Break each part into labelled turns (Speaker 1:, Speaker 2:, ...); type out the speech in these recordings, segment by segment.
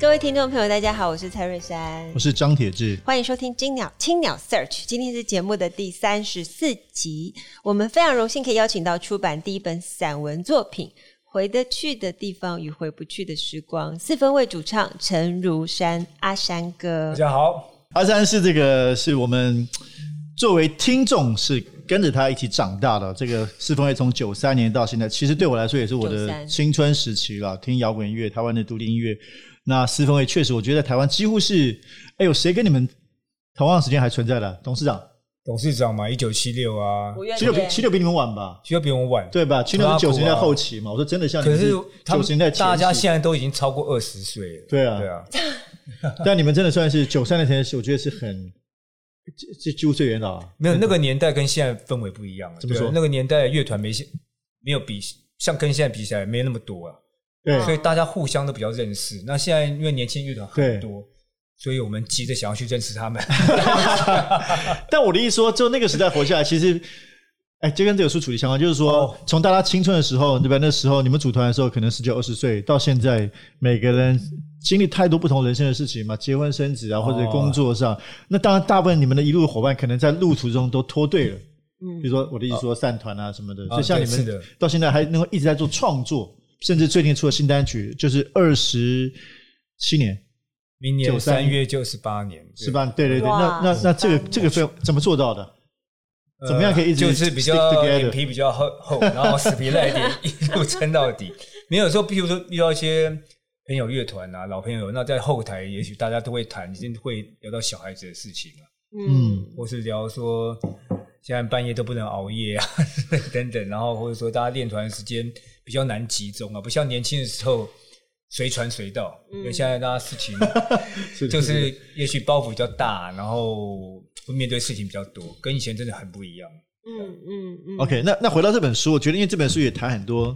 Speaker 1: 各位听众朋友，大家好，我是蔡瑞山，
Speaker 2: 我是张铁志。
Speaker 1: 欢迎收听《青鸟青鸟 Search》，今天是节目的第三十四集。我们非常荣幸可以邀请到出版第一本散文作品《回得去的地方与回不去的时光》，四分卫主唱陈如山阿山哥
Speaker 3: 大。家好，
Speaker 2: 阿三是这个是我们作为听众是跟着他一起长大的，这个四分卫从九三年到现在，其实对我来说也是我的
Speaker 1: 93
Speaker 2: 青春时期了，听摇滚音乐、台湾的独立音乐。那四分卫确实，我觉得台湾几乎是，哎呦，谁跟你们同样时间还存在的？董事长
Speaker 3: 董事长嘛，一九七六啊，
Speaker 1: 五月
Speaker 2: 七六比
Speaker 1: 天
Speaker 2: 七六比你们晚吧？
Speaker 3: 需要比我们晚。
Speaker 2: 对吧？七六
Speaker 3: 拉
Speaker 2: 是九
Speaker 3: 普啊
Speaker 2: 十年代后期嘛。我说真的，像你
Speaker 3: 可
Speaker 2: 们
Speaker 3: 是他
Speaker 2: 九十年代
Speaker 3: 们
Speaker 2: 前
Speaker 3: 大家
Speaker 2: 期
Speaker 3: 现在都已经超过二十岁了。
Speaker 2: 对啊
Speaker 3: 对啊，
Speaker 2: 但你们真的算是九三年前，我觉得是很这这几乎最元老、啊。
Speaker 3: 没有那个年代跟现在氛围不一样了。
Speaker 2: 怎么
Speaker 3: 对啊
Speaker 2: 说
Speaker 3: 那个年代乐团没现没有比像跟现在比起来没那么多啊，
Speaker 2: 对，
Speaker 1: 啊
Speaker 3: 所以大家互相都比较认识。那现在因为年轻乐团
Speaker 2: 对
Speaker 3: 很多，所以我们急着想要去认识他们。
Speaker 2: 但我的意思说，就那个时代活下来，其实，哎，就跟这个书主题相关，就是说
Speaker 3: 哦，
Speaker 2: 从大家青春的时候，对吧？那时候你们组团的时候，可能十九二十岁，到现在，每个人经历太多不同人生的事情嘛，结婚生子啊，或者
Speaker 3: 哦
Speaker 2: 工作上。那当然，大部分你们的一路伙伴，可能在路途中都脱队了。比
Speaker 1: 嗯，
Speaker 2: 如说我的意思说，散团啊什么的，
Speaker 3: 啊
Speaker 2: 就像你
Speaker 3: 对是的
Speaker 2: 们到现在还能够一直在做创作，甚至最近出了新单曲，就是二十七年。
Speaker 3: 明年
Speaker 2: 93
Speaker 3: 三月就十八年，
Speaker 2: 是吧？对对对，那
Speaker 1: 哇
Speaker 2: 那那这个
Speaker 1: 嗯
Speaker 2: 这个非怎么做到的？怎么样可以一直
Speaker 3: 呃就是比
Speaker 2: stick
Speaker 3: 较
Speaker 2: together？
Speaker 3: 脸皮比较厚厚，然后死皮赖 脸一路撑到底。没有说，比如说遇到一些朋友乐团啊，老朋友，那在后台也许大家都会谈，一定会聊到小孩子的事情啊，
Speaker 2: 嗯，
Speaker 3: 或是聊说现在半夜都不能熬夜啊等等，然后或者说大家练团时间比较难集中啊，不像年轻的时候随传随到，因为现在大家 事情就是也许包袱比较大，然后会面对事情比较多，跟以前真的很不一样。啊
Speaker 1: 嗯嗯嗯
Speaker 2: OK，那那回到这本书，我觉得因为这本书也谈很多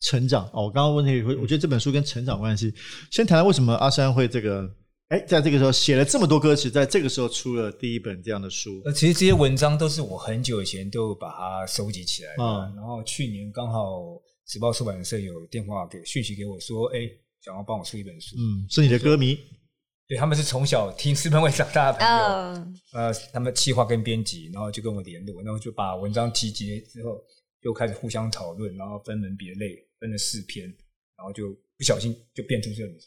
Speaker 2: 成长哦。我刚刚问题，我觉得这本书跟成长有关系。先谈谈为什么阿山会这个，哎，在这个时候写了这么多歌词，在这个时候出了第一本这样的书。
Speaker 3: 呃，其实这些文章都是我很久以前都把它收集起来的。
Speaker 2: 嗯
Speaker 3: 然后去年刚好时报出版社有电话给讯息给我说，哎、想要帮我出一本书。
Speaker 2: 嗯，是你的歌迷，
Speaker 3: 对，他们是从小听四分卫长大的朋友，
Speaker 1: 哦，
Speaker 3: 呃，他们企划跟编辑，然后就跟我联络，然后就把文章集结之后，就开始互相讨论，然后分门别类，分了四篇，然后就不小心就变出这本书。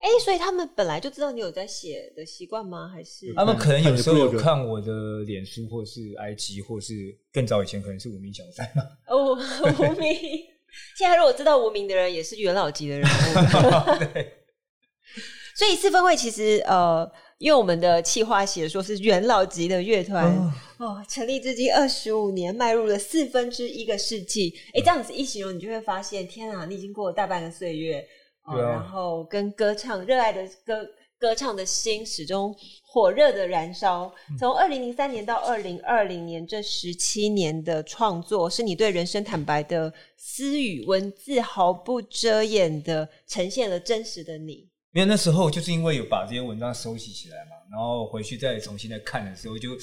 Speaker 1: 哎、所以他们本来就知道你有在写的习惯吗？还是
Speaker 3: 他们可能有时候
Speaker 2: 嗯看你
Speaker 3: 有
Speaker 2: 的 blog，
Speaker 3: 看我的脸书，或是 IG，或是更早以前可能是无名小站。
Speaker 1: 哦，无名？现在如果知道无名的人，也是元老级的人物。
Speaker 3: 对。
Speaker 1: 所以四分会其实呃，因为我们的企划写说是元老级的乐团哦成立至今二十五年，迈入了四分之一个世纪。
Speaker 3: 嗯
Speaker 1: 哎、这样子一形容，你就会发现，天啊，你已经过了大半个岁月，哦
Speaker 3: 对啊
Speaker 1: 然后跟歌唱热爱的歌歌唱的心始终火热的燃烧。
Speaker 3: 嗯
Speaker 1: 从二零零三年到二零二零年这十七年的创作，是你对人生坦白的私语，文字毫不遮掩的呈现了真实的你。
Speaker 3: 没有，那时候就是因为有把这些文章收集起来嘛，然后回去再重新再看的时候就，呃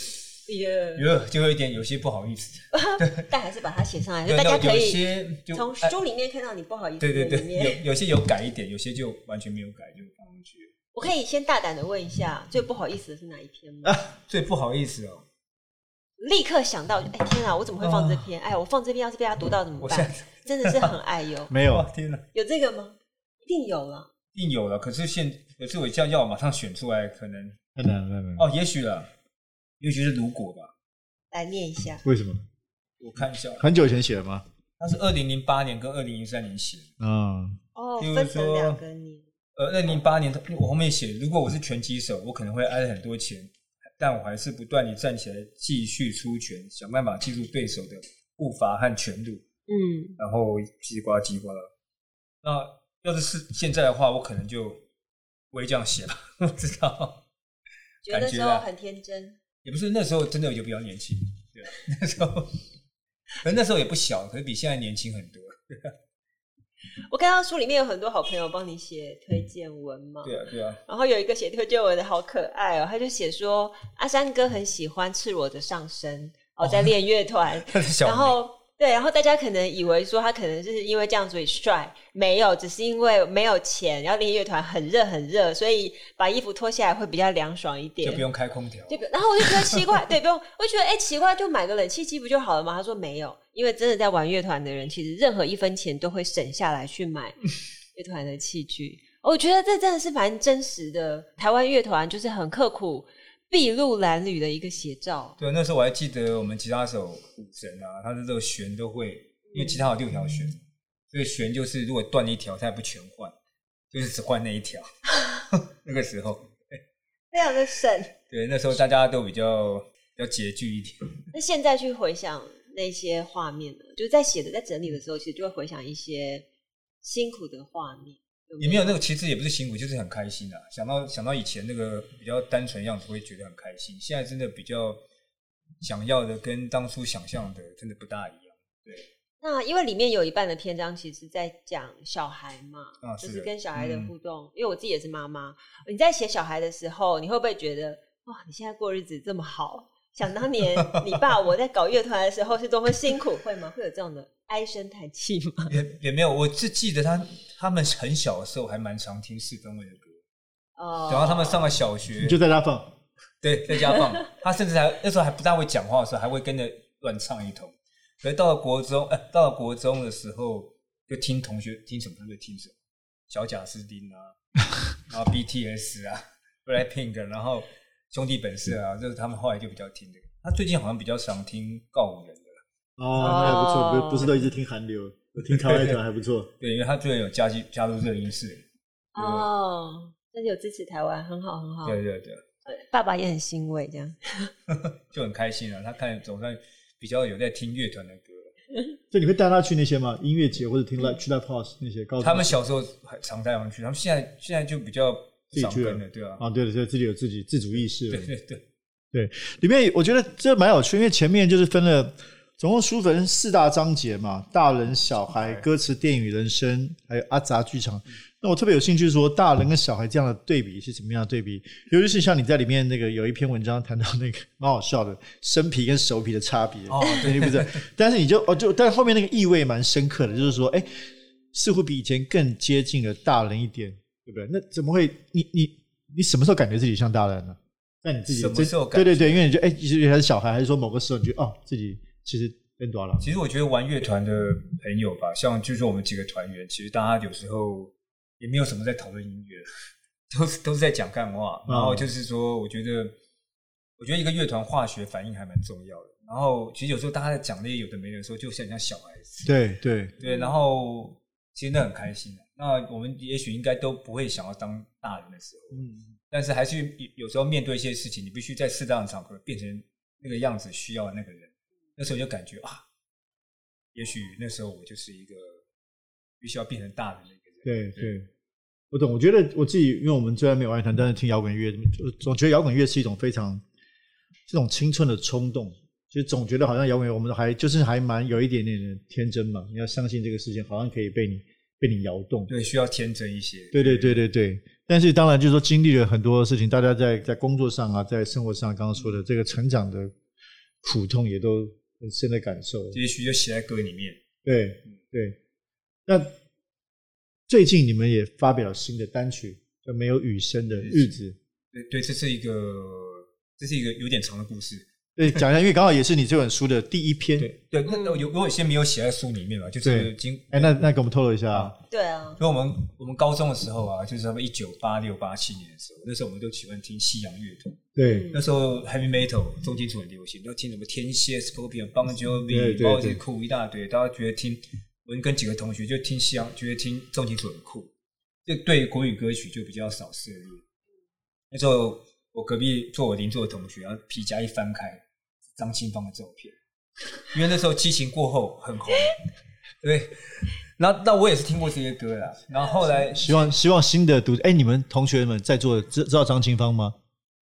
Speaker 1: 也
Speaker 3: 有就有一点有些不好意思。
Speaker 1: 但还是把它写上哦来，就
Speaker 3: 对，
Speaker 1: 大家
Speaker 3: 那
Speaker 1: 可
Speaker 3: 有
Speaker 1: 以
Speaker 3: 些就
Speaker 1: 从
Speaker 3: 哎
Speaker 1: 书里面看到你不好意思
Speaker 3: 对对
Speaker 1: 的一
Speaker 3: 对，
Speaker 1: 面。
Speaker 3: 有有些有改一点，有些就完全没有改，就放上去。
Speaker 1: 我可以先大胆的问一下，最不好意思的是哪一篇
Speaker 3: 呃
Speaker 1: 吗？
Speaker 3: 最不好意思哦，
Speaker 1: 立刻想到，哎天啊，我怎么会放这篇？哎，我放这篇要是被他读到怎么
Speaker 3: 我现在
Speaker 1: 办？真的是很爱哟
Speaker 2: 没有
Speaker 3: 哇？天哪，
Speaker 1: 有这个吗？一定有啊了。
Speaker 3: 一定有了。可是现可是我这样要我马上选出来，可能
Speaker 2: 太难了，太难了。
Speaker 3: 哦，也许了，也许是如果吧，
Speaker 1: 来念一下，
Speaker 2: 为什么？
Speaker 3: 我看一下，
Speaker 2: 很久以前写的吗？
Speaker 3: 它是二零零八年跟二零零三年写的。
Speaker 2: 嗯，
Speaker 1: 哦，
Speaker 3: 比如
Speaker 1: 分成
Speaker 3: 说
Speaker 1: 两个念。
Speaker 3: 呃，二零零八年，我后面写，如果我是拳击手，我可能会挨很多拳，但我还是不断地站起来，继续出拳，想办法记住对手的步伐和拳路，
Speaker 1: 嗯，
Speaker 3: 然后叽里呱啦叽里呱啦。那要是是现在的话，我可能就我也这样写吧，我知道，
Speaker 1: 觉得那时
Speaker 3: 感觉
Speaker 1: 候
Speaker 3: 啊
Speaker 1: 很天真，
Speaker 3: 也不是那时候真的就比较年轻，对，啊 那时候，可能那时候也不小，可是比现在年轻很多，
Speaker 1: 我看到书里面有很多好朋友帮你写推荐文嘛，
Speaker 3: 对啊，对啊，
Speaker 1: 然后有一个写推荐文的好可爱哦，他就写说阿山哥很喜欢赤裸的上身哦，在练乐团，
Speaker 3: 小
Speaker 1: 然后对，然后大家可能以为说他可能是因为这样所以帅，没有，只是因为没有钱，然后练乐团很热很热，所以把衣服脱下来会比较凉爽一
Speaker 3: 就
Speaker 1: 点
Speaker 3: 不。用开空调，
Speaker 1: 这个，然后我就觉得奇怪，对，不用，我就觉得哎、奇怪，就买个冷气机不就好了吗？他说没有，因为真的在玩乐团的人，其实任何一分钱都会省下来去买乐团的器具。 哦我觉得这真的是蛮真实的，台湾乐团就是很刻苦、筚路蓝缕的一个写照。
Speaker 3: 对，那时候我还记得我们吉他手古神啊，他的这个弦都会，因为吉他有六条弦，所以弦就是如果断一条，他也不全换，就是只换那 一条。 那个时候，
Speaker 1: 非常的省。
Speaker 3: 对，那时候大家都比较比较拮据一点。
Speaker 1: 那现在去回想那些画面呢，就在写的、在整理的时候，其实就会回想一些辛苦的画面，有
Speaker 3: 也没有那个，其实也不是辛苦，就是很开心啊。想到想到以前那个比较单纯的样子，会觉得很开心。现在真的比较想要的，跟当初想象的真的不大一样
Speaker 1: 那因为里面有一半的篇章其实在讲小孩嘛，
Speaker 3: 啊
Speaker 1: 就是是
Speaker 3: 的
Speaker 1: 跟小孩的
Speaker 3: 嗯
Speaker 1: 互动。因为我自己也是妈妈，你在写小孩的时候，你会不会觉得哇，你现在过日子这么好？想当年你爸我在搞乐团的时候是多么辛苦，会吗？会有这样的唉声叹气吗？。
Speaker 3: 也也没有，我是记得他他们很小的时候还蛮常听四分卫的歌。
Speaker 1: 哦
Speaker 3: 等到他们上了小学
Speaker 2: 你，就在家放，
Speaker 3: 对，在家放，他甚至还那时候还不大会讲话的时候，还会跟着乱唱一通。可是到了国中，呃，到了国中的时候，就听同学听什么他就听什么，小贾斯汀啊，然后 BTS 啊，BLACKPINK，然后兄弟本色啊，就是他们后来就比较听的。他最近好像比较常听告五人的了，
Speaker 2: 哦，那还不错，不不是都一直听韩流，我听台湾团还不错。
Speaker 3: 对，因为他最近有加进加入热音室，
Speaker 1: 哦，那有支持台湾，很好很好。
Speaker 3: 对对对，
Speaker 1: 爸爸也很欣慰，这样。
Speaker 3: 就很开心啊。他看总算比较有在听乐团的歌了。
Speaker 2: 所以你会带他去那些吗？音乐节或者听 live 去 live house 那些高中？
Speaker 3: 他们小时候还常带他们去，他们现在现在就比较不常跟了，对啊，
Speaker 2: 啊，对了，对，自己有自己自主意识了
Speaker 3: 对。对对，
Speaker 2: 里面我觉得这蛮有趣，因为前面就是分了，总共书分四大章节嘛，大人、小孩、
Speaker 3: 对
Speaker 2: 歌词、电影、人生，还有阿杂剧场。那我特别有兴趣说，大人跟小孩这样的对比是什么样的对比？尤其是像你在里面那个有一篇文章谈到那个蛮好笑的 生皮跟熟皮的差别，
Speaker 3: 哦
Speaker 2: 对，不是？但是你就哦就，但是后面那个意味蛮深刻的，就是说，哎，似乎比以前更接近了大人一点，对不对？那怎么会？你你你什么时候感觉自己像大人呢？在你自己的
Speaker 3: 什么时候感
Speaker 2: 对
Speaker 3: 觉
Speaker 2: 对对，因为你就哎，其实还是小孩，还是说某个时候你觉得哦，自己其实变多了，
Speaker 3: 其实我觉得玩乐团的朋友吧，像就是我们几个团员，其实大家有时候也没有什么在讨论音乐， 都是都是在讲干话。
Speaker 2: 嗯
Speaker 3: 然后就是说，我觉得，我觉得一个乐团化学反应还蛮重要的。然后其实有时候大家在讲那些有的没的时候，就像像小孩子，
Speaker 2: 对对，
Speaker 3: 对，然后其实那很开心的、啊那我们也许应该都不会想要当大人的时候，
Speaker 2: 嗯，
Speaker 3: 但是还是有有时候面对一些事情，你必须在适当的场合变成那个样子需要的那个人。那时候就感觉啊，也许那时候我就是一个必须要变成大人的一个人。
Speaker 2: 对对。我懂，我觉得我自己，因为我们虽然没有玩乐团，但是听摇滚乐，就总觉得摇滚乐是一种非常这种青春的冲动，就总觉得好像摇滚乐，我们还就是还蛮有一点点的天真嘛。你要相信这个事情，好像可以被你被你摇动。
Speaker 3: 对，需要天真一些。
Speaker 2: 对对对对对。但是当然，就是说经历了很多事情，大家在在工作上啊，在生活上，刚刚说的这个成长的苦痛，也都很深的感受。
Speaker 3: 也许就写在歌里面。
Speaker 2: 对对。那最近你们也发表了新的单曲，叫《没有雨声的日子》。
Speaker 3: 对对，这是一个，这是一个有点长的故事。
Speaker 2: 对，讲一下，因为刚好也是你这本书的第一篇。
Speaker 3: 对对，那那我有我有些没有写在书里面嘛，就
Speaker 2: 对
Speaker 3: 是经
Speaker 2: 哎，那那给我们透露一下啊。
Speaker 1: 对啊，
Speaker 3: 所以我们我们高中的时候啊，就是他们一九八六八七年的时候，那时候我们都喜欢听西洋乐团，
Speaker 2: 对
Speaker 3: 那时候 heavy metal 重金属很流行，都听什么天蝎、Scorpion、Bon
Speaker 2: 对
Speaker 3: Jovi、
Speaker 2: 对
Speaker 3: b o d y 酷一大堆，大家觉得听，我跟几个同学就听西洋，觉得听重金属很酷，就对国语歌曲就比较少涉猎。那时候我隔壁坐我邻座的同学，然后皮夹一翻开，张清芳的照片，因为那时候激情过后很红，对，然后那我也是听过这些歌啦，然后后来
Speaker 2: 希望希望新的读，哎，你们同学们在座的知知道张清芳吗？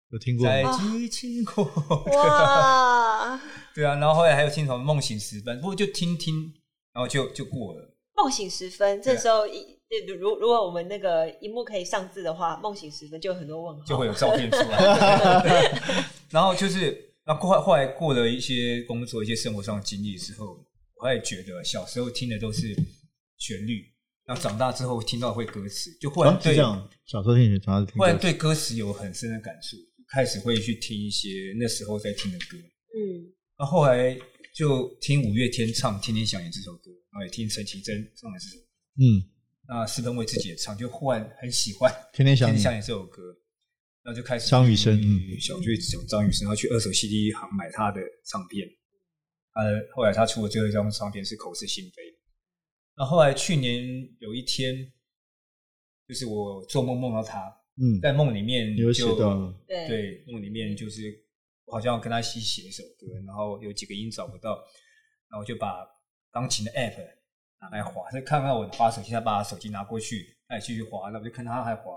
Speaker 2: 有听过吗？
Speaker 3: 在激情过， 啊
Speaker 1: 哇，
Speaker 3: 对啊，然后后来还有听什么《梦醒时分》，不过就听听，然后就就过了。
Speaker 1: 梦醒时分，
Speaker 3: 啊
Speaker 1: 这时候一如如如果我们那个荧幕可以上字的话，梦醒时分就有很多问号，
Speaker 3: 就会有照片出来。 然后就是，那后来后来过了一些工作、一些生活上的经历之后，我还觉得小时候听的都是旋律，那长大之后听到会歌词，就忽然
Speaker 2: 啊，是
Speaker 3: 对、
Speaker 2: 这样，小时候听你长大听
Speaker 3: 忽然
Speaker 2: 歌，
Speaker 3: 对歌词有很深的感触，开始会去听一些那时候在听的歌。
Speaker 1: 嗯，
Speaker 3: 那后来就听五月天唱《天天想你》这首歌，然后也听陈绮贞唱的这首歌，
Speaker 2: 嗯，
Speaker 3: 那四分为自己也唱，就忽然很 喜欢。
Speaker 2: 天天
Speaker 3: 《
Speaker 2: 想
Speaker 3: 天
Speaker 2: 你，
Speaker 3: 想你》这首歌，然后就开始
Speaker 2: 张雨嗯生
Speaker 3: 去小去找张雨生，然后去二手 CD 行买他的唱片。呃，后来他出的最后一张唱片是《口是心非》。然后后来去年有一天，就是我做梦梦到他，
Speaker 2: 嗯，
Speaker 3: 在梦里面
Speaker 2: 你有写
Speaker 3: 就
Speaker 2: 到了，
Speaker 1: 对，
Speaker 3: 对梦里面就是我好像要跟他一起写一首歌，然后有几个音找不到，然后我就把钢琴的 app 拿来滑，就看到我滑手机，他把手机拿过去，他也继续滑，那我就看他还滑，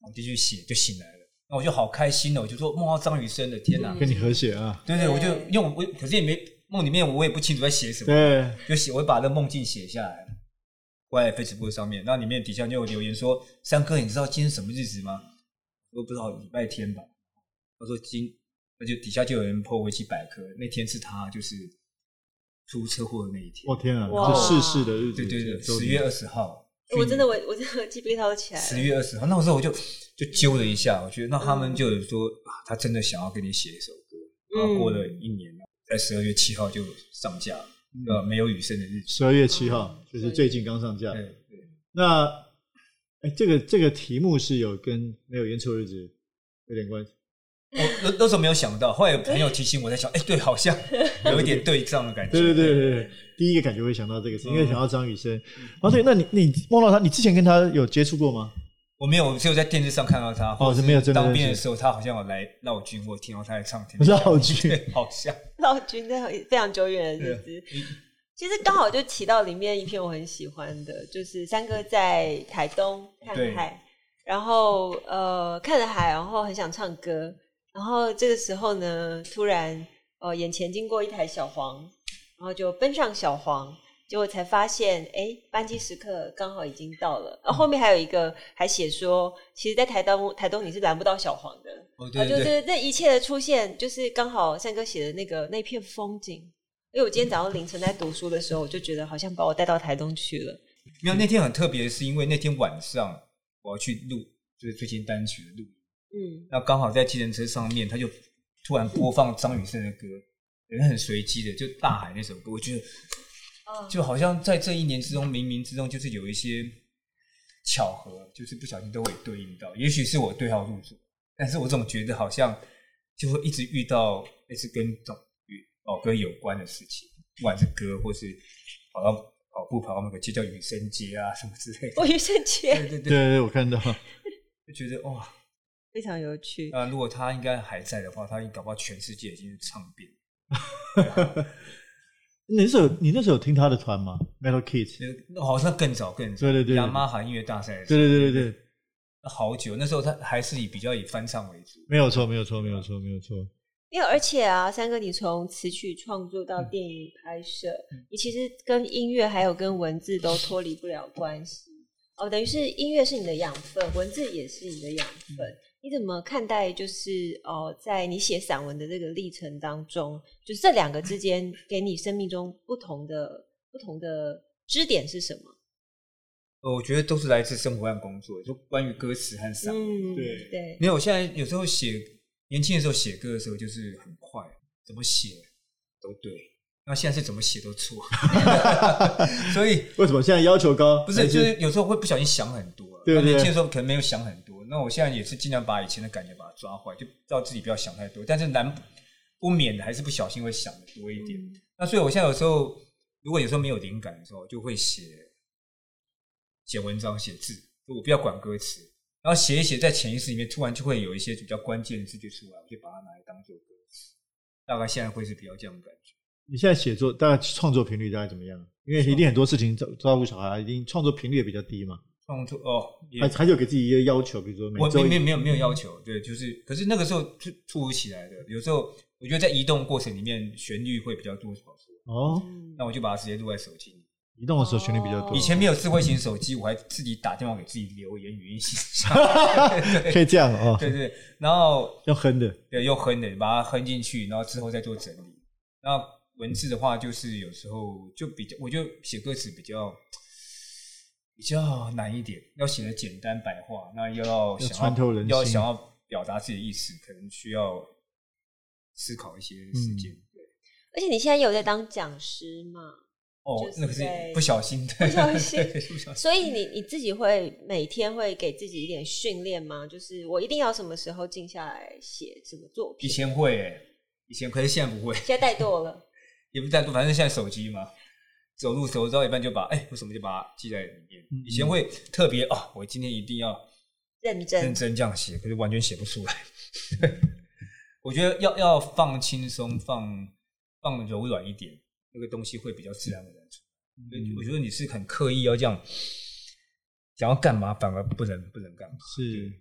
Speaker 3: 然后继续写，就醒来了。那我就好开心哦，我就说梦到张雨生了，天哪！
Speaker 1: 嗯
Speaker 2: 跟你和解啊，
Speaker 3: 对对，我就
Speaker 1: 对
Speaker 3: 因为我我可是也没梦里面我也不清楚在写什么，
Speaker 2: 对，
Speaker 3: 就写，我会把那梦境写下来，挂在 Facebook 上面。那里面底下就有留言说：“三哥，你知道今天什么日子吗？”我不知道，礼拜天吧。他说今，那就底下就有人 po 维基百科，那天是他就是出车祸的那一天。
Speaker 2: 我天啊，
Speaker 1: 哇
Speaker 2: 这逝世的日子，
Speaker 3: 对对对，
Speaker 2: 周
Speaker 3: 十
Speaker 2: 年
Speaker 3: 月二十号。
Speaker 1: 我真的我我真的鸡皮疙瘩都起来
Speaker 3: 十
Speaker 1: 了，
Speaker 3: 月二十号，那时候我就就揪了一下，我觉得那他们就有说啊，他真的想要跟你写一首歌。
Speaker 1: 嗯
Speaker 3: 然后过了一年了，在十二月七号就上架了，呃，没有雨声的日子。
Speaker 2: 嗯十二月七号，就是最近刚上架
Speaker 3: 对。对。
Speaker 2: 那哎，这个这个题目是有跟没有烟抽日子有点关系，
Speaker 3: 我那那时候没有想到，后来有朋友提醒我在想，哎、对，好像有一点对仗的感觉。
Speaker 2: 对对对对对，第一个感觉会想到这个事，
Speaker 3: 嗯
Speaker 2: 因为想到张雨生。哦，对，那你你梦到他，你之前跟他有接触过吗？
Speaker 3: 我没有，只有在电视上看到他，或
Speaker 2: 哦，
Speaker 3: 者
Speaker 2: 是没有真的
Speaker 3: 当
Speaker 2: 认
Speaker 3: 兵的
Speaker 2: 识，
Speaker 3: 时候，他好像有来闹剧，我听到他在唱《天
Speaker 2: 不是好剧，
Speaker 3: 对，好像
Speaker 1: 老君在非常久远的日子。其实刚好就提到里面一篇我很喜欢的，就是三哥在台东看
Speaker 3: 对
Speaker 1: 海，然后呃看了海，然后很想唱歌，然后这个时候呢，突然呃眼前经过一台小黄，然后就奔上小黄，结果才发现哎班机时刻刚好已经到了，然后后面还有一个还写说，其实，在台东台东你是拦不到小黄的，
Speaker 3: 哦，
Speaker 1: 啊，
Speaker 3: 对
Speaker 1: 就
Speaker 3: 对对，
Speaker 1: 是这一切的出现，就是刚好善哥写的那个那片风景。因为我今天早上凌晨在读书的时候，我就觉得好像把我带到台东去了。
Speaker 3: 没有那天很特别，是因为那天晚上我要去录，就是最新单曲的录，
Speaker 1: 嗯，
Speaker 3: 那刚好在计程车上面，他就突然播放张雨生的歌，人很随机的，就《大海》那首歌，我觉得
Speaker 1: 啊，
Speaker 3: 就好像在这一年之中，冥冥之中就是有一些巧合，就是不小心都会对应到。也许是我对号入座，但是我总觉得好像就会一直遇到类似跟总与老歌有关的事情，不管是歌或是跑到跑步跑到某个街叫雨生街啊什么之类
Speaker 1: 我
Speaker 3: 的。
Speaker 1: 余胜杰
Speaker 3: 对对
Speaker 2: 对
Speaker 3: 对，
Speaker 2: 对对，我看 到，
Speaker 3: 就觉得哇，
Speaker 1: 非常有趣。
Speaker 3: 那如果他应该还在的话，他搞不好全世界已经唱遍。
Speaker 2: 你那时候你那时候有听他的团吗？Metal Kids，
Speaker 3: 那个那好像更早更早，
Speaker 2: 对对对对
Speaker 3: 雅马哈音乐大赛的时
Speaker 2: 对
Speaker 3: 候，
Speaker 2: 对对对对，
Speaker 3: 好久那时候他还是以比较以翻唱为主。
Speaker 2: 没有错，没有错，没有错，没有错，
Speaker 1: 因为而且啊，三哥，你从词曲创作
Speaker 3: 嗯
Speaker 1: 到电影拍摄，你其实跟音乐还有跟文字都脱离不了关系。哦，等于是音乐是你的养分，文字也是你的养分。
Speaker 3: 嗯
Speaker 1: 你怎么看待就是哦，在你写散文的这个历程当中，就是这两个之
Speaker 3: 嗯
Speaker 1: 间给你生命中不同的不同的支点是什么？
Speaker 3: 嗯呃，我觉得都是来自生活和工作，就关于歌词和散文。
Speaker 1: 嗯，
Speaker 2: 对
Speaker 1: 对，
Speaker 3: 没有，我现在有时候写年轻的时候写歌的时候就是很快，怎么写都对。那现在是怎么写都 错， 所以
Speaker 2: 为什么现在要求高？
Speaker 3: 不
Speaker 2: 还
Speaker 3: 是就是有时候会不小心想很多。
Speaker 2: 对对
Speaker 3: 那年轻的时候可能没有想很多，那我现在也是尽量把以前的感觉把它抓回来，就知道自己不要想太多，但是难不免的还是不小心会想的多一点。
Speaker 1: 嗯
Speaker 3: 那所以我现在有时候如果有时候没有灵感的时候，就会写写文章、写字，就我不要管歌词，然后写一写，在潜意识里面突然就会有一些比较关键的字句出来，我就把它拿来当做歌词。大概现在会是比较这样的感觉。
Speaker 2: 你现在写作大概创作频率大概怎么样？因为一定很多事情照照顾小孩，一定创作频率也比较低嘛，
Speaker 3: 创作哦，也
Speaker 2: 还还是有给自己一个要求，比如说每
Speaker 3: 我
Speaker 2: 周
Speaker 3: 没没有没有没有要求，对，就是可是那个时候突突如其来的，有时候我觉得在移动过程里面旋律会比较多跑出来，
Speaker 2: 哦，
Speaker 1: 嗯
Speaker 3: 那我就把它直接录在手机里。
Speaker 2: 移动的时候旋律比较多，
Speaker 1: 哦
Speaker 3: 以前没有智慧型手机，我还自己打电话给自己留言语音信 箱，
Speaker 2: 可以这样哦，
Speaker 3: 对对，然后
Speaker 2: 要哼的，
Speaker 3: 对，又哼的，把它哼进去，然后之后再做整理。那文字的话，就是有时候就比较，我就写歌词比较比较难一点，要写的简单白话，那又要想要
Speaker 2: 穿透人心
Speaker 3: 要想要表达自己的意思，可能需要思考一些时间。
Speaker 2: 嗯
Speaker 3: 对，
Speaker 1: 而且你现在有在当讲师嘛？
Speaker 3: 哦
Speaker 1: 就，是
Speaker 3: 那个是
Speaker 1: 在
Speaker 3: 不小心的，
Speaker 1: 不小心
Speaker 3: 对 不小心。
Speaker 1: 所以你你自己会每天会给自己一点训练吗？就是我一定要什么时候静下来写什么作
Speaker 3: 以
Speaker 1: 品？
Speaker 3: 前会、欸，以前可是现在不会，
Speaker 1: 现在怠惰了，
Speaker 3: 也不在录，反正现在手机嘛，走路走到一半就把哎、为什么就把它记在里面
Speaker 2: 嗯。
Speaker 3: 以前会特别啊、我今天一定要
Speaker 1: 认真。
Speaker 3: 认真这样写，可是完全写不出来。 我觉得要要放轻松，放放柔软一点，那个东西会比较自然而然出
Speaker 2: 嗯
Speaker 3: 来。所以我觉得你是很刻意要这样，想要干嘛反而不能不能干嘛。
Speaker 2: 是。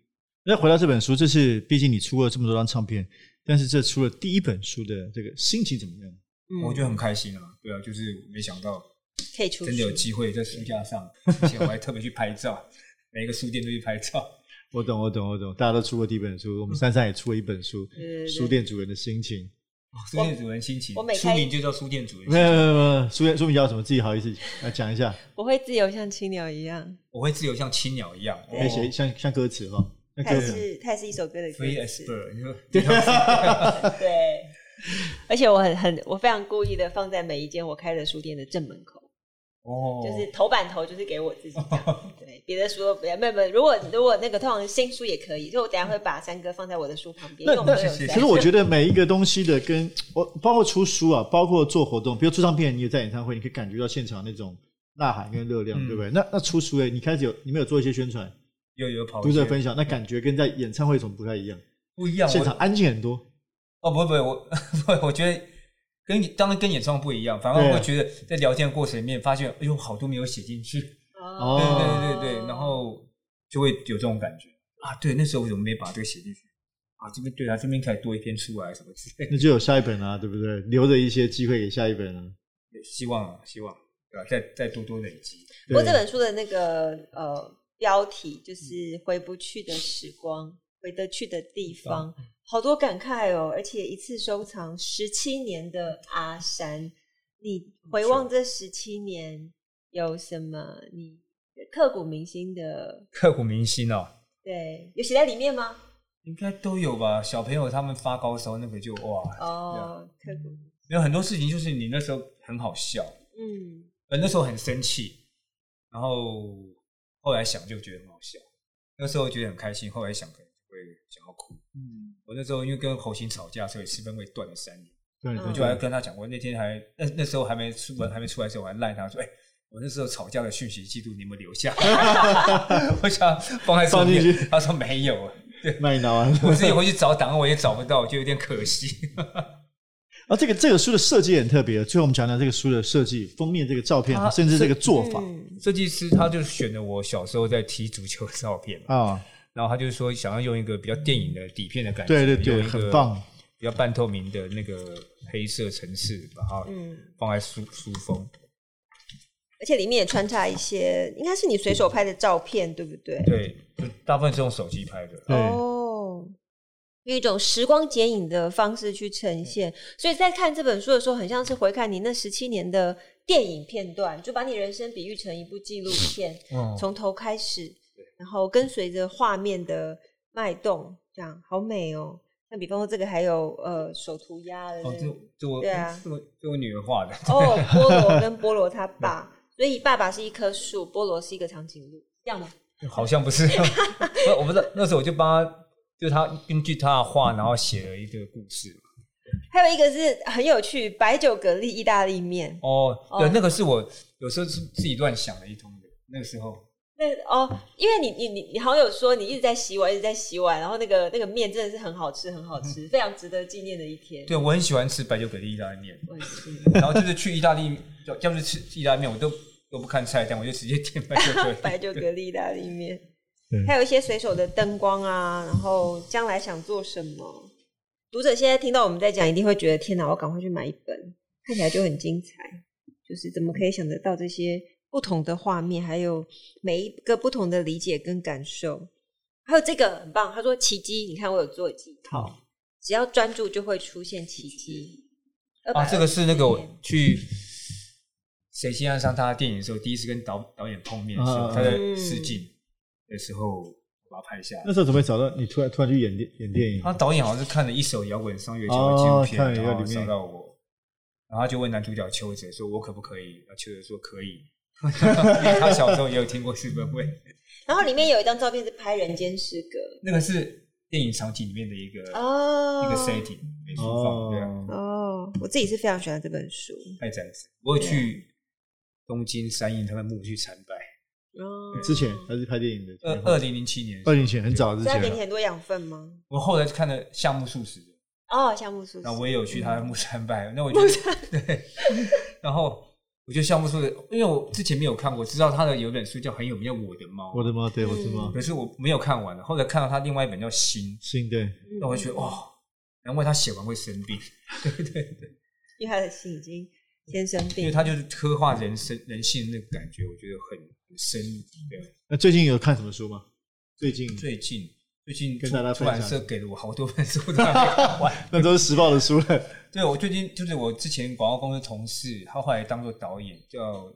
Speaker 2: 那回到这本书，这是毕竟你出过这么多张唱片，但是这出了第一本书的这个心情怎么样？
Speaker 1: 嗯
Speaker 3: 我觉得很开心啊，对啊，就是没想到
Speaker 1: 可以出
Speaker 3: 真的有
Speaker 1: 书
Speaker 3: 机会在书架上，而且我还特别去拍照， 每个书店都去拍照。
Speaker 2: 我懂，我懂，我懂。大家都出过第一本书，我
Speaker 3: 嗯
Speaker 2: 们珊珊也出了一本书，
Speaker 1: 对对对
Speaker 2: 书店主人的心情》。
Speaker 3: 书店主人心情
Speaker 1: 我每，
Speaker 3: 书
Speaker 1: 开
Speaker 3: 名就叫书店主人
Speaker 2: 没
Speaker 3: 心
Speaker 2: 有，没
Speaker 3: 情。
Speaker 2: 有，没有。书店书名叫什么？自己好意思来讲一下，
Speaker 1: 我会自由像青鸟一样，
Speaker 3: 我会自由像青鸟一样，
Speaker 1: 哦
Speaker 3: 哦
Speaker 2: 可以写像像歌词吗？像
Speaker 1: 它也
Speaker 2: 歌词。
Speaker 1: 是它也是一首歌的歌
Speaker 3: free
Speaker 1: 词
Speaker 3: as，bird，你说
Speaker 1: 对。而且我很很我非常故意的放在每一间我开的书店的正门口，
Speaker 3: 哦，
Speaker 1: 就是头版头就是给我自己这样， 对，别的书都不要，没有没有。如果如果那个通常新书也可以，就我等一下会把三哥放在我的书旁边，因
Speaker 2: 那
Speaker 1: 为我们
Speaker 2: 那
Speaker 1: 都有
Speaker 3: 谢谢
Speaker 1: 在
Speaker 2: 可是我觉得每一个东西的跟我包括出书啊，包括做活动，比如出唱片，你也在演唱会，你可以感觉到现场那种呐喊跟热量，
Speaker 3: 嗯
Speaker 2: 对不对？那那出书哎诶，你开始有你们有做一些宣传，
Speaker 3: 又有哦跑一
Speaker 2: 读
Speaker 3: 些
Speaker 2: 者分享，那感觉跟在演唱会有什么不太一样？
Speaker 3: 不一样，
Speaker 2: 现
Speaker 3: 我
Speaker 2: 场安静很多，
Speaker 3: 哦，不会不会，我不会，我觉得跟你当然跟演唱会不一样，反而
Speaker 2: 对
Speaker 3: 我会觉得在聊天的过程里面发现，哎呦，好多没有写进去，对对
Speaker 2: 哦
Speaker 3: 对对对，然后就会有这种感觉啊，对，那时候我怎么没把这个写进去啊？这边对啊，这边才多一篇出来什么之类的，
Speaker 2: 那就有下一本啊，对不对？留着一些机会给下一本啊。
Speaker 3: 希望啊，希望对吧、再再多多累积，
Speaker 1: 不过这
Speaker 2: 对
Speaker 1: 本书的那个呃标题就是“回不去的时光，回得去的地方”，好多感慨哦！而且一次收藏十七年的阿山，你回望这十七年有什么你刻骨铭心的？
Speaker 3: 刻骨铭心哦。
Speaker 1: 对，有写在里面吗？
Speaker 3: 应该都有吧，小朋友他们发高烧那个就哇，
Speaker 1: 哦，刻骨，
Speaker 3: 没有很多事情就是你那时候很好笑，
Speaker 1: 嗯，
Speaker 3: 呃，那时候很生气，然后后来想就觉得很好笑，那时候觉得很开心，后来想可能就会想要哭。
Speaker 2: 嗯，
Speaker 3: 我那时候因为跟侯行吵架，所以四分位断了三年，
Speaker 2: 对，
Speaker 1: 嗯
Speaker 3: 我就还跟他讲过，那天还那那时候还没出门，还没出来的时候，我还赖他说，哎、我那时候吵架的讯息记录你有没有留下？ 我想放在手
Speaker 2: 放进
Speaker 3: 边
Speaker 2: 去，
Speaker 3: 他说没有啊，
Speaker 2: 那你拿完了。
Speaker 3: 我自己回去找档案我也找不到，就有点可惜。
Speaker 2: 啊，这个这个书的设计也很特别。最后我们讲讲这个书的设计，封面这个照片啊，
Speaker 3: 它
Speaker 2: 甚至这个做法
Speaker 1: 嗯
Speaker 3: 设计师他就选了我小时候在踢足球的照片嘛，
Speaker 2: 啊，
Speaker 3: 然后他就说想要用一个比较电影的底片的感觉，
Speaker 2: 对对对，
Speaker 3: 用一个
Speaker 2: 很棒。
Speaker 3: 比较半透明的那个黑色层次，把它
Speaker 1: 嗯，
Speaker 3: 放在书书封。
Speaker 1: 而且里面也穿插一些，应该是你随手拍的照片，对不对？
Speaker 3: 对，就大部分是用手机拍的。
Speaker 2: 对
Speaker 1: 哦，用一种时光剪影的方式去呈现，所以在看这本书的时候，很像是回看你那十七年的电影片段，就把你人生比喻成一部纪录片，
Speaker 3: 嗯，
Speaker 1: 从头开始，然后跟随着画面的脉动，这样好美哦。那比方说这个还有呃手涂鸦的那
Speaker 3: 哦，这
Speaker 1: 个
Speaker 3: 这我
Speaker 1: 对啊
Speaker 3: 这我这我女儿画的，
Speaker 1: 哦，菠萝跟菠萝他爸，所以爸爸是一棵树，菠萝是一个长颈鹿，这样吗？
Speaker 3: 好像不是， 不我不知道。那时候我就帮他，就他根据他的画，然后写了一个故事。
Speaker 1: 还有一个是很有趣，白酒蛤蜊意大利面。
Speaker 3: 哦，对
Speaker 1: 哦，
Speaker 3: 那个是我有时候是自己乱想的一通的。那个时候，
Speaker 1: 那哦，因为你你你你好像有说你一直在洗碗，一直在洗碗，然后那个那个面真的是很好吃，很好吃，非常值得纪念的一天。
Speaker 3: 对我很喜欢吃白酒蛤蜊意大利面，
Speaker 1: 我也是，
Speaker 3: 然后就是去意大利，要要不是吃意大利面，我都都不看菜单，我就直接点白酒蛤
Speaker 1: 白
Speaker 3: 蜊。
Speaker 1: 酒蛤蜊意大利面
Speaker 3: 嗯
Speaker 2: 对，
Speaker 1: 还有一些随手的灯光啊，然后将来想做什么？读者现在听到我们在讲，一定会觉得天哪，我赶快去买一本，看起来就很精彩。就是怎么可以想得到这些不同的画面，还有每一个不同的理解跟感受，还有这个很棒。他说奇迹，你看我有做几
Speaker 3: 嗯
Speaker 1: 套，只要专注就会出现奇迹。
Speaker 3: 啊，这个是那个
Speaker 1: 220
Speaker 3: 我去谁先爱上他的电影的时候，第一次跟导导演碰面的时候，
Speaker 2: 嗯
Speaker 3: 他在试镜的时候，我把它拍下来。
Speaker 2: 那时候怎么会找到你？突然突然去演电演电影
Speaker 3: 他，导演好像是看了一首摇滚商业节的纪录片，
Speaker 2: 哦看了一个
Speaker 3: 然后
Speaker 2: 里面
Speaker 3: 找到我，然后他就问男主角邱泽说：“我可不可以？”然后邱泽说：“可以。”因为他小时候也有听过日本味，
Speaker 1: 然后里面有一张照片是拍《人间失格
Speaker 3: 那个是电影场景里面的一个、》
Speaker 1: 哦，
Speaker 3: 一个 setting 美术
Speaker 2: 哦
Speaker 3: 放，对啊，
Speaker 1: 哦，我自己是非常喜欢这本书。
Speaker 3: 太展子。我有去东京三印他们墓去参拜，
Speaker 1: 哦，
Speaker 2: 之前他是拍电影的，
Speaker 3: 二二零零七年，
Speaker 2: 二零前很早
Speaker 3: 啊
Speaker 2: 之
Speaker 1: 所以它
Speaker 2: 前
Speaker 1: 给你
Speaker 2: 了，
Speaker 1: 很多养分吗？
Speaker 3: 我后来看了夏目漱石，
Speaker 1: 哦，夏目漱石。
Speaker 3: 然后我也有去他的墓参 拜，那我觉得对，然后我觉得夏目漱石，因为我之前没有看过，知道他的有一本书叫很有名叫《我的猫》，
Speaker 2: 我的妈，对我的妈
Speaker 1: 嗯，
Speaker 3: 可是我没有看完，后来看到他另外一本叫《心
Speaker 2: 新对，》，
Speaker 1: 嗯
Speaker 3: 那我就觉得哦，难怪他写完会生病，
Speaker 1: 因为他的心已经先生
Speaker 3: 因
Speaker 1: 病，
Speaker 3: 为他就是刻画人生人性的那个感觉，我觉得很很深入。对，
Speaker 2: 那最近有看什么书吗？最近
Speaker 3: 最近最近
Speaker 2: 跟大家
Speaker 3: 出出版
Speaker 2: 分享
Speaker 3: 社给了我好多本书都还没看完。
Speaker 2: 那都是时报的书了，
Speaker 3: 对，我最近就是我之前广告公司同事，他后来当做导演叫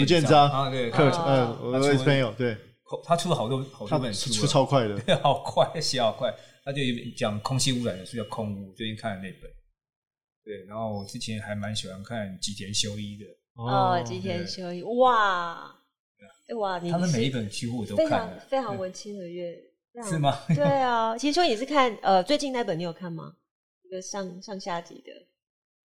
Speaker 2: 吴建章
Speaker 3: 啊，对，
Speaker 2: 克
Speaker 3: 他
Speaker 1: 啊
Speaker 2: 呃，我的朋友对，
Speaker 3: 他出了好多好多
Speaker 2: 他
Speaker 3: 本书啊，
Speaker 2: 出超快的，
Speaker 3: 好快，写好快。他就有一本讲空气污染的书叫《空污》，最近看了那本。对，然后我之前还蛮喜欢看吉田修一的，
Speaker 1: 哦，吉田修一，哇，哇，你
Speaker 3: 啊他的
Speaker 1: 是
Speaker 3: 每一本几乎我都
Speaker 1: 非
Speaker 3: 看
Speaker 1: 常
Speaker 3: 了，嗯
Speaker 1: 非常文青的乐，非常
Speaker 3: 是？吗？
Speaker 1: 对啊，其实说你是看呃最近那本你有看吗？一个上上下集的，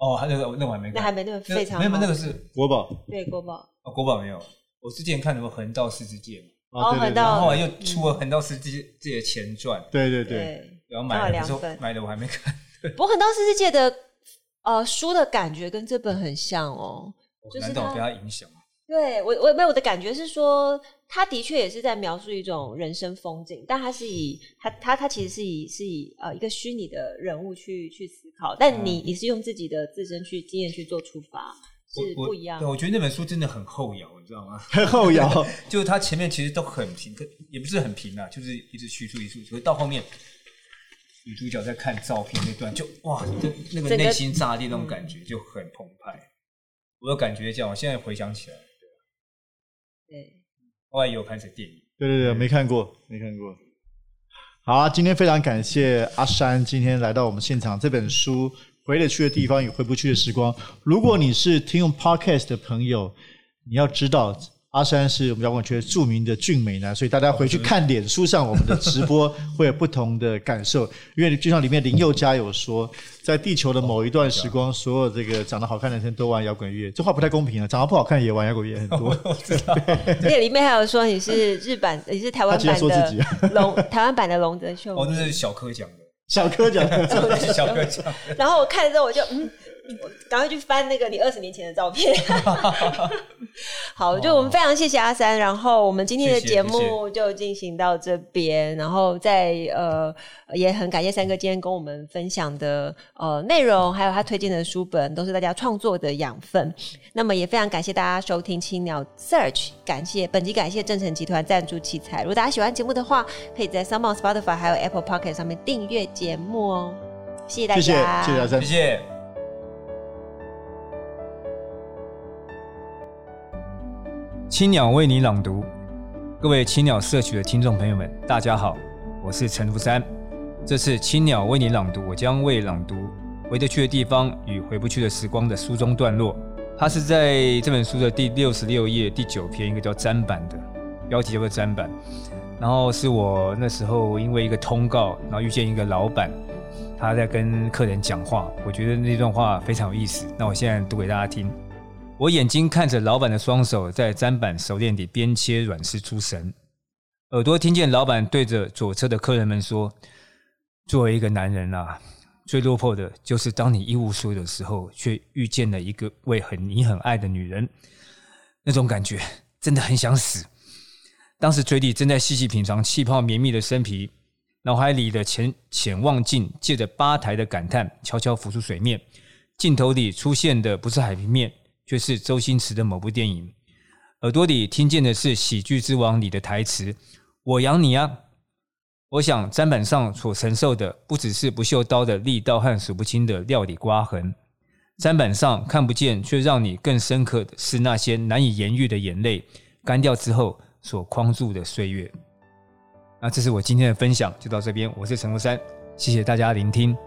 Speaker 3: 哦，还那个那我还没看，
Speaker 1: 那还没那个
Speaker 3: 那个
Speaker 1: 非常
Speaker 3: 没有没有那
Speaker 1: 好
Speaker 3: 个是
Speaker 2: 国宝
Speaker 1: 对国宝
Speaker 3: 哦国宝没有，我之前看什么《横道世之介》嘛，
Speaker 2: 啊，对
Speaker 1: 很
Speaker 2: 对
Speaker 1: 到
Speaker 3: 然后后来又出了《横道世之介》的前传，
Speaker 2: 对对对，
Speaker 1: 对，
Speaker 3: 然后
Speaker 1: 刚好
Speaker 3: 买了
Speaker 1: 两
Speaker 3: 之后
Speaker 1: 本
Speaker 3: 买了我还没看，
Speaker 1: 不过很多世界的呃书的感觉跟这本很像哦，就是
Speaker 3: 难道我
Speaker 1: 他
Speaker 3: 被他影响吗？
Speaker 1: 对我，我没有我的感觉是说，他的确也是在描述一种人生风景，但他是以他他他其实是以是以呃一个虚拟的人物去去思考，但
Speaker 2: 嗯
Speaker 1: 你、你是用自己的自身去经验去做出发，是
Speaker 3: 我
Speaker 1: 不一样
Speaker 3: 对，。我觉得那本书真的很后摇，你知道吗？
Speaker 2: 很后摇，
Speaker 3: 就是它前面其实都很平，可也不是很平啊，就是一直叙述一直叙述，可是到后面女主角在看照片那段，就哇，这那个
Speaker 1: 整个
Speaker 3: 内心炸裂那种感觉
Speaker 1: 嗯
Speaker 3: 就很澎湃。我有感觉这样，我现在回想起来，
Speaker 1: 对，
Speaker 3: 后来也有拍成电影。
Speaker 2: 对对对，没看过，没看过。好啊，今天非常感谢阿山今天来到我们现场。这本书《回得去的地方与回不去的时光》，如果你是听用 podcast 的朋友，你要知道阿山是我们摇滚圈著名的俊美男，所以大家回去看脸书上我们的直播会有不同的感受。因为就像里面林宥嘉有说，在地球的某一段时光，所有这个长得好看的男生都玩摇滚乐，这话不太公平啊，长得不好看也玩摇滚乐很 多。
Speaker 1: 而且里面还有说你是日版，你是台湾
Speaker 2: 他
Speaker 1: 版
Speaker 2: 直接说自己
Speaker 1: 的龙，台湾版的龙泽 秀
Speaker 3: 哦，
Speaker 1: 明。
Speaker 3: 那是小柯讲的，
Speaker 2: 小柯讲的。
Speaker 3: 这是小柯讲的。
Speaker 1: 然后我看了之后，我就嗯，我赶快去翻那个你二十年前的照片。 好，就我们非常谢谢阿三，然后我们今天的
Speaker 3: 谢谢
Speaker 1: 节目就进行到这边，然后在呃也很感谢三哥今天跟我们分享的呃内容，还有他推荐的书本，都是大家创作的养分。那么也非常感谢大家收听青鸟 Search，感谢本集感谢正成集团赞助器材。如果大家喜欢节目的话，可以在 s o u n Spotify 还有 Apple Pocket 上面订阅节目哦。谢谢大家，
Speaker 2: 谢谢，谢谢阿三
Speaker 3: 谢。谢。青鸟为你朗读，各位青鸟社区的听众朋友们，大家好，我是陈福山。这次青鸟为你朗读，我将为朗读《回得去的地方与回不去的时光》的书中段落。它是在这本书的第六十六页第九篇，一个叫砧板的，标题叫做砧板。然后是我那时候因为一个通告，然后遇见一个老板，他在跟客人讲话，我觉得那段话非常有意思。那我现在读给大家听。我眼睛看着老板的双手在砧板熟练地边切软丝出神，耳朵听见老板对着左侧的客人们说：“作为一个男人啊，最落魄的就是当你一无所有的时候，却遇见了一个位很你很爱的女人，那种感觉真的很想死。”当时嘴里正在细细品尝气泡绵密的生皮，脑海里的潜潜望镜借着吧台的感叹，悄悄浮出水面。镜头里出现的不是海平面，却是周星驰的某部电影。耳朵里听见的是《喜剧之王》里的台词：“我养你啊！”我想，砧板上所承受的不只是不锈刀的力道和数不清的料理刮痕，砧板上看不见却让你更深刻的是那些难以言喻的眼泪，干掉之后所框住的岁月。那这是我今天的分享，就到这边。我是陈国山，谢谢大家聆听，